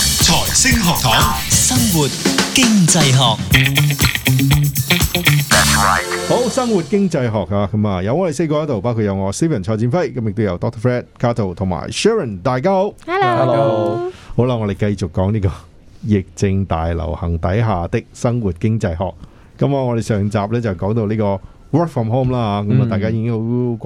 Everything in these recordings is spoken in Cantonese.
星學堂，生活經濟學，好生活經濟學啊，咁啊有我哋四個喺度，包括有我 Steven 蔡展輝，咁亦都有 Doctor Fred、Cato 同埋 Sharon，大家好。Dạ, Hello，好啦，我哋繼續講呢個疫症大流行底下的生活經濟學。咁啊，我哋上集咧就講到呢個 work from home 啦，咁啊嗯大家已經好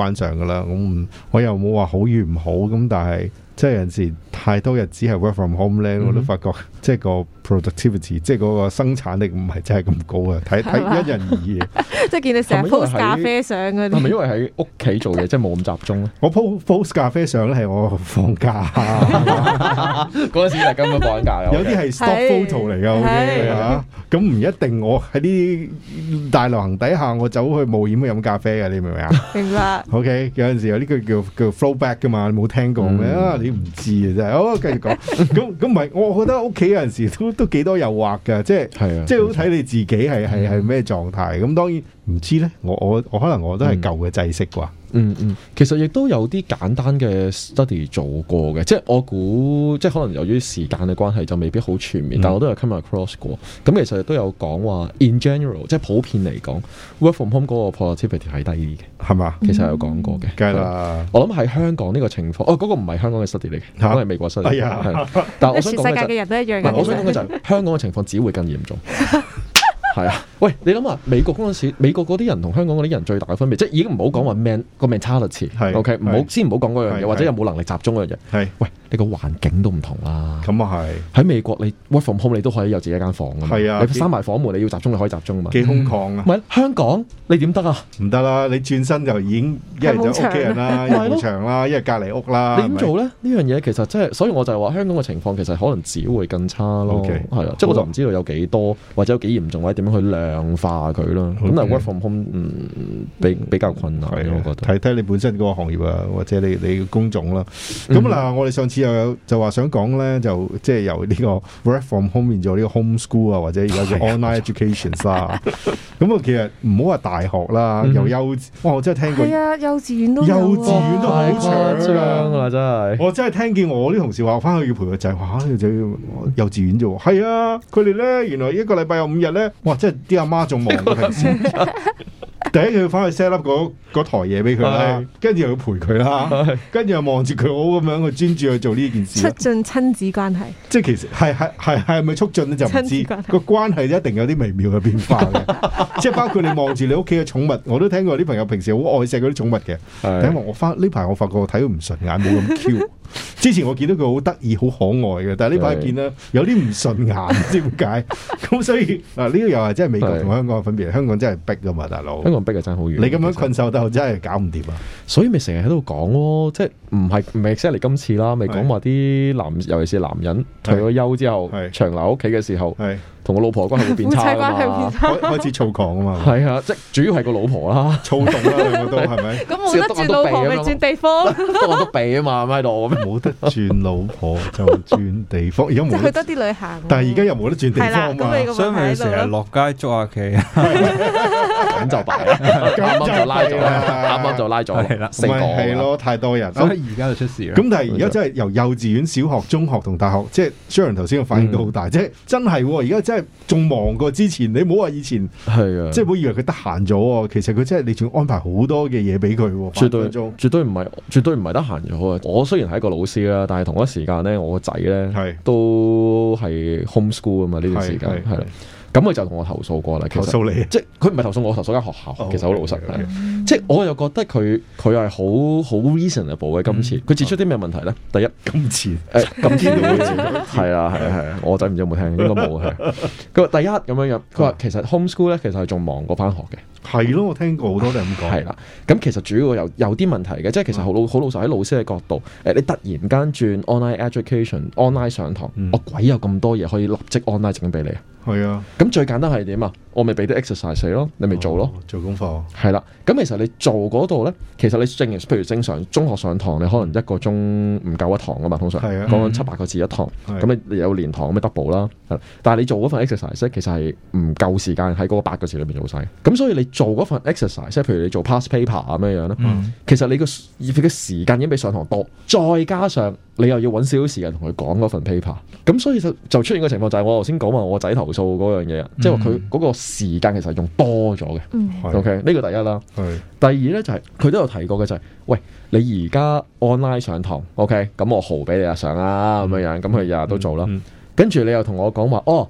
慣常噶啦。咁唔我又冇話好與唔好，咁但係即係有陣時太多日子係 work from home 咧，我都嗯哼發覺即係個 productivity，即係嗰個生產力唔係真係咁高啊。睇係 嘛睇因人而異。即係見你成日係咪因為 post 咖啡相嗰 啊係咪啲，因為喺屋企 做嘢，即係冇咁集中咧？我 po- post 咖啡相咧係我放假，嗰陣時係根本放緊假 嘅有啲係 stock 係 photo 嚟噶，OK 係嚇。咁唔一定我喺呢啲大流行底下，我走去冒險去飲咖啡嘅，你 明唔明啊明 Ờ, 白？ ？OK，有陣時有呢句叫叫 flowback 噶嘛，你冇聽過咩嗯啊？你唔知啊真係。好，繼續 講。咁咁唔係，我覺得屋企有陣時都都幾多誘惑㗎，即係。係啊，即係好睇你自己係係係咩狀態，咁當然唔知咧。我我我可能我都係嗯舊嘅制式啩，嗯嗯，其實亦都有啲簡單嘅 study 做過嘅，即係我估，即係可能由於時間嘅關係就未必好全面，嗯但我都有 come across 過。咁其實都有講話，in general，即係普遍嚟講，work from home 嗰個 productivity 係低啲嘅，係嘛？其實有講過嘅。嗯梗係啦，我諗喺香港呢個情況，哦，嗰、個唔係香港嘅 study 嚟嘅，嚇嗰個係美國 study。哎呀係但係 我全想世講嘅就界係嘅人都一樣唔係，我想嘅。講嘅就係香港嘅情況只會更嚴重。 係啊，喂，你諗下美國嗰陣時，美國嗰啲人同香港嗰啲人最大嘅分別，即係已經唔好講話 man 個 mentality 嗯係 OK，唔好係先唔好講嗰樣係嘢，或者係有冇能力集中嗰樣嘢。係喂，你個環境都唔同啦。咁啊係。喺美國你 work from home 你都可以有自己一間房㗎嘛，係啊你幾閂埋房門你要集中你可以集中啊嘛。幾空曠啊唔！係香港你點得啊？唔得啦，你轉身就已經一係就屋企人 啦，一係冇牆啊係冇牆啦，啊一係隔離屋啦。你點做咧？呢樣嘢其實真係，所以我就係話香港嘅情況其實可能只會更差咯。 OK，係啊，即係我就唔知道有幾多或者有幾嚴重或者點樣去量化佢咯。咁但係 work from home 嗯比比較困難係咪？嘅，我係覺啊得。睇睇你本身嗰個行業啊，或者你你嘅工種啦。咁嗯嗱，我哋上次又有就話想講咧，就即係由呢個 work from home 變咗呢個 home school 啊，或者而 家叫 online education 啦。咁啊，其實唔好話大學啦，嗯由幼稚，哇！我真係聽過係，啊，幼稚園都有幼稚啊園都好太誇長張啊啦，真係。我真係聽見我啲同事話翻去要陪個仔，哇！你就要幼稚園啫喎，係啊，佢哋咧原來一個禮拜有五日咧，哇！真係啲阿媽仲忙過平 時。第一佢要翻去 set up 嗰嗰台嘢俾佢啦係，跟住又要陪佢啦，跟住又望住佢好咁樣去專注去做呢件事促啦。進親子關係，即係其實係係係係咪促進咧就唔親子知關係個關係一定有啲微妙嘅變化 嘅，即係包括你望住你屋企嘅寵物，我都聽過啲朋友平時好愛錫嗰啲寵物嘅。係因為我翻呢排我發覺我睇佢唔順眼，冇咁 Q。之 前我見到佢好得意、好可愛嘅，但係呢排係見咧有啲唔順眼，唔知點 解。咁所以嗱，呢個又係真係美國係同香港嘅分別。香港真係逼噶嘛，大佬。香港逼嘅爭好遠。你咁樣其實困獸鬥真係搞唔掂啊！所以咪成日喺度講咯，即係唔係唔係 exactly 今次啦，咪講話啲男，尤其是男人退咗休之後係，長留喺屋企嘅時候，係同個老婆嘅關係會變夫妻差關係㗎嘛變。差。開開始躁狂啊 嘛，，係啊，即係主要係個老婆啦躁動啦，兩個都係咪？咁冇得轉老婆咪轉地方，得我都避啊嘛，咁喺度咁樣。冇得轉老婆就轉地方，而家冇即係去得多，啲旅行。但係而家又冇得轉地係啦，方啊咁嘛。你個所以問咪題成日喺度咯。落街捉 下棋啊，咁就弊 啦，啱啱就拉咗啦，啱啱就拉咗係啦啦，四個咪係啦。咯，太多人。啊所以而家就出事啦。咁但係而家真係由幼稚園、小學、中學同大學，即係 Sharon 頭先個反應都好大，即係真係喎而家真係仲忙過之前。你唔好話以前，係啊，即即係係唔好以為佢得閒咗喎，其實佢真係你仲要安排好多嘅嘢俾佢 喎，絕八對分鐘絕對唔係絕對唔係得閒咗啊！我雖然係一個老師啦，但係同一時間咧，我個仔咧係都係 homeschool 啊嘛，呢段時間係係係啦。咁佢就同我投訴過啦，其投實。訴你。即係佢唔係投訴我，投訴間學校哦，其實好老實。 OK，OK 係即係我又覺得佢佢係好好 reasonable 嘅今嗯次，佢指出啲咩問題咧？第一。咁前誒咁天都會知， 係啊係啊係啊，我仔唔知有冇聽，應該冇係。佢話第一咁樣樣，佢話其實 homeschool 咧其實係仲忙過翻學嘅，係咯，我聽過好多都係咁講。係啦。咁其實主要有有啲問題嘅，即係其實好老好老實喺老師嘅角度，誒你突然間轉 online education、online 上堂嗯，我鬼有咁多嘢可以立即 online 整俾你啊！係啊，咁最簡單係點啊？我咪俾啲 exercise 你咯，你咪做咯。哦，做功課係啦，咁其實你做嗰度咧，其實你正如譬如正常中學上堂，你可能一個鐘唔夠一堂噶嘛，通常係啊嗯講緊七八個字一堂，係咁你有連堂咁咪 double 啦。係啦但係你做嗰份 exercise 呢其實係唔夠時間喺嗰八個字裏面做晒，咁所以你做嗰份 exercise，即係譬如你做 past paper 咁樣樣咧，嗯其實你個你嘅時間已經比上堂多，再加上你又要揾少少時間同佢講嗰份 paper，咁所以就就出現個情況就係我頭先講話我仔投訴嗰樣嘢，啊即係話嗯佢嗰個時間其實係用多咗嘅。嗯，係 OK，呢個第一啦。係第二咧就係、佢都有提過嘅就係、喂，你而家 online 上堂，OK，咁我豪俾你啊上啦咁樣樣，咁佢日日都做啦。嗯跟住你又同我講話，哦，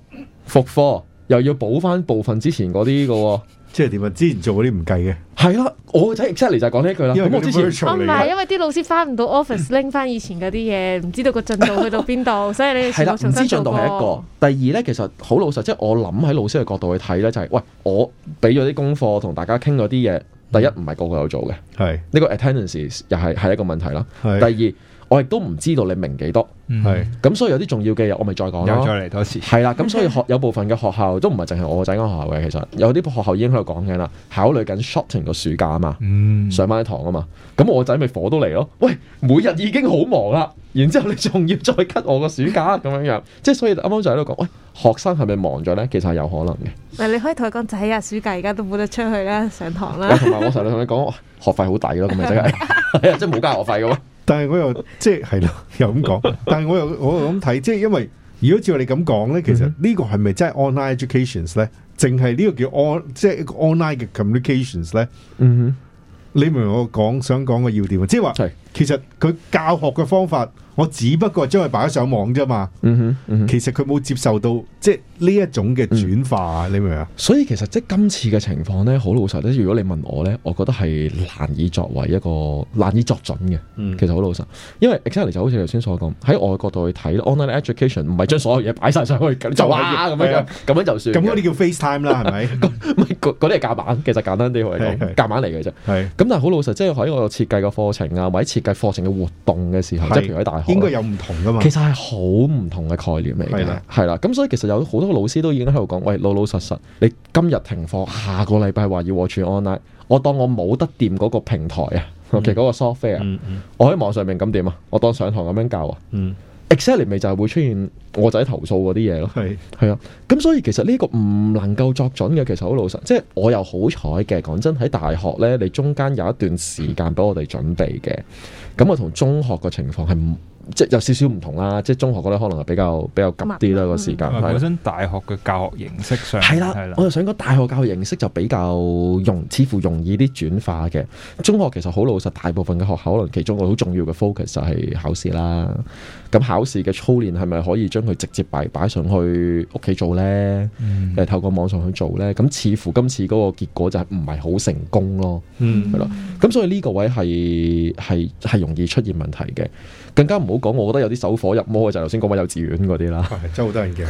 復課又要補翻部分之前嗰啲嘅喎。即係點啊？之前做嗰啲唔計係啦，我個仔 exactly 就係講呢一句啦。嘅，因為咁我嗰啲之前 virtual 嚟哦唔係，啊嘅。因為啲老師翻唔到 office 拎翻以前嗰啲嘢，唔知道個進度去到邊度，所以你哋係全啦，部唔啊重知新進做度係一個過。。第二咧，其實好老實，即係我諗喺老師嘅角度去睇咧，就係、喂，我俾咗啲功課同大家傾嗰啲嘢，第一唔係個個有做嘅，呢、係個 attendance 又係係一個問題啦。第係二，我亦都唔知道你明幾多，嗯係咁所以有啲重要嘅嘢我咪再講又再咯。嚟多次，係啦，咁所以學有 部分嘅學校都唔係淨係我個仔間學校嘅，其實有啲學校已經喺度講緊 啦，考慮緊 shorten 個暑假啊嘛，嗯上翻啲堂啊嘛，咁我仔咪火都嚟咯。喂，每日已經好忙啦，然之後你仲要再 cut 我個暑假咁樣樣，即係所以啱啱就喺度講，喂，學生係咪忙咗咧？其實係有可能嘅。 唔係，你可以同佢講仔啊，暑假而家都冇得出去啦，上堂喂啦。同埋我成日同你講，哇學費好抵咯，咁咪真 係係啊，即係冇加學費嘅喎。但係我 又即係係咯， 又咁講。但係我又我又咁睇，即係因為如果照你咁講咧，其嗯實呢個係咪真係 online educations 咧？淨係呢個叫 on 即係一個 online 嘅 communications 咧？嗯你明唔明我講想講嘅要點啊？即係話哼，係，其實佢教學嘅方法，我只不過係將佢擺咗上網啫嘛。嗯哼，嗯哼。其實佢冇接受到即係呢一種嘅轉化，嗯你明唔明啊？所以其實即係今次嘅情況咧，好老實咧。如果你問我咧，我覺得係難以作為一個難以作準嘅。嗯其實好老實，因為 exactly 就好似你頭先所講，喺我嘅角度去睇咧，online education 唔係將所有嘢擺晒上去，咁就哇咁係樣啊咁樣就算嘅。咁嗰啲叫 FaceTime 啦，係咪？ 唔嗯係嗰嗰啲係夾板，其實簡單啲我嚟係講，係夾板嚟嘅啫。咁係但係好老實，即係喺我設計嘅課程啊，或者設計課程嘅活動嘅時候，即係譬如喺大學啦，啊應該有唔同噶嘛。其實係好唔同嘅概念嚟係嘅啦，係啦。咁所以其實有好多老師都已經喺度講，喂，老老實實，你今日停課，下個禮拜話要我轉 online，我當我冇得掂嗰個平台啊，OK 嗰個 software，、嗯嗯我喺網上面咁點啊？我當上堂咁樣教啊嗯， ，exactly 咪就係會出現我仔投訴嗰啲嘢咯。係係啊，咁所以其實呢個唔能夠作準嘅，其實好老實，即係我又好彩嘅。講真，喺大學呢，你中間有一段時間俾我哋準備嘅，咁啊同中學嘅情況係唔即係有少少唔同啦。即係中學嗰啲可能係比較比較急啲啦密個時間，啊係本啦身大學嘅教學形式上係係啦啦，我，就想講大學教育形式就比較容，似乎容易啲轉化嘅。中學其實好老實，大部分嘅學校可能其中一個好重要嘅 focus 就係考試啦。咁考試嘅操練係咪可以將佢直接擺擺上去屋企做呢？嗯誒透過網上去做咧，咁似乎今次嗰個結果就係唔係好成功咯，嗯係咯。咁所以呢個位係係係容易出現問題嘅，更加唔好講。我覺得有啲走火入魔嘅就係頭先講話幼稚園嗰啲啦，係真係好得人驚。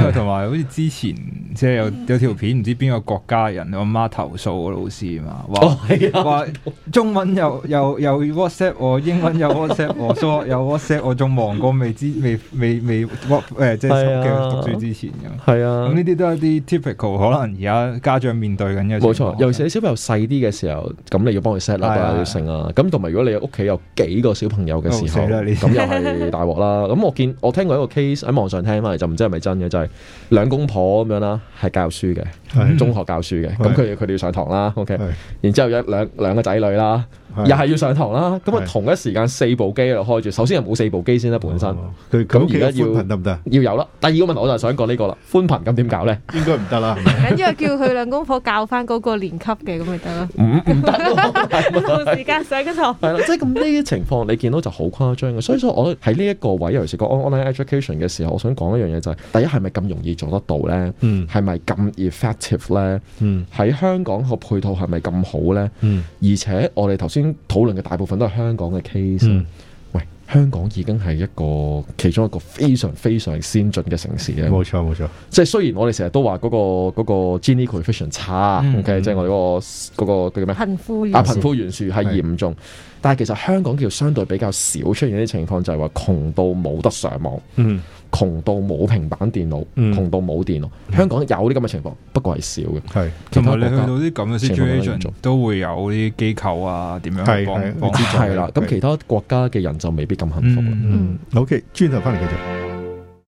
因為同埋好似之前即係有有條片唔知邊個國家人我媽投訴個老師嘛，哦話係啊，話中文又又又 WhatsApp 我，英文又 WhatsApp 我，數學又 WhatsApp 我，仲忙過未知未未未 what 誒即係係啊讀書之前咁。係咁啊呢。啲都係一啲 typical 可能而家家長面對緊嘅情況。冇錯，尤其是你小朋友細啲嘅時候，咁你要幫佢 set up 係啊，啊要成啊。咁同埋如果你屋企有幾個小朋友嘅時候，哦死啦呢啲咁又係大鑊啦。咁我見我聽過一個 case 喺網上聽翻嚟，就唔知係咪真嘅，就係兩公婆咁樣啦，係教書嘅。係中學教書嘅，咁係佢哋佢哋要上堂啦，OK，係然之後有一兩兩個仔女啦，係又係要上堂啦，咁啊係同一時間四部機喺度開住，首先係冇四部機先啦，本身哦佢咁咁而家而家要寬頻得唔得？要有啦。第二個問題我就係想講呢個啦，寬頻咁點搞咧？應該唔得啦。緊要係叫佢兩公婆教翻嗰個年級嘅咁咪得咯。唔嗯唔得喎，同時間上緊堂。係啦，即係咁呢啲情況你見到就好誇張嘅，所以所以我喺呢一個位，尤其是講 online education 嘅時候，我想講一樣嘢就係、第一係咪咁容易做得到咧？嗯係咪咁 effective 咧？嗯喺香港個配套係咪咁好咧？嗯而且我哋頭先討論嘅大部分都係香港嘅 case 啊。嗯喂，香港已經係一個其中一個非常非常先進嘅城市咧。冇錯冇錯。即係雖然我哋成日都話嗰、個嗰、個 Gini coefficient 差、嗯 o k 即係我哋嗰、個嗰、個叫咩？貧富啊，懸貧殊，富懸殊係嚴重，但係其實香港叫相對比較少出現呢啲情況，就係話窮到冇得上網，嗯窮到冇平板電腦，嗯窮到冇電腦。香港有啲咁嘅情況，不過係少嘅。係其同他埋國你去家到啲咁嘅情況都嚴 situation 重都會有啲機構啊點樣去係係幫幫知道係啦，咁係其他國家嘅人就未必咁幸福啦。嗯嗯。OK，轉頭翻嚟繼續。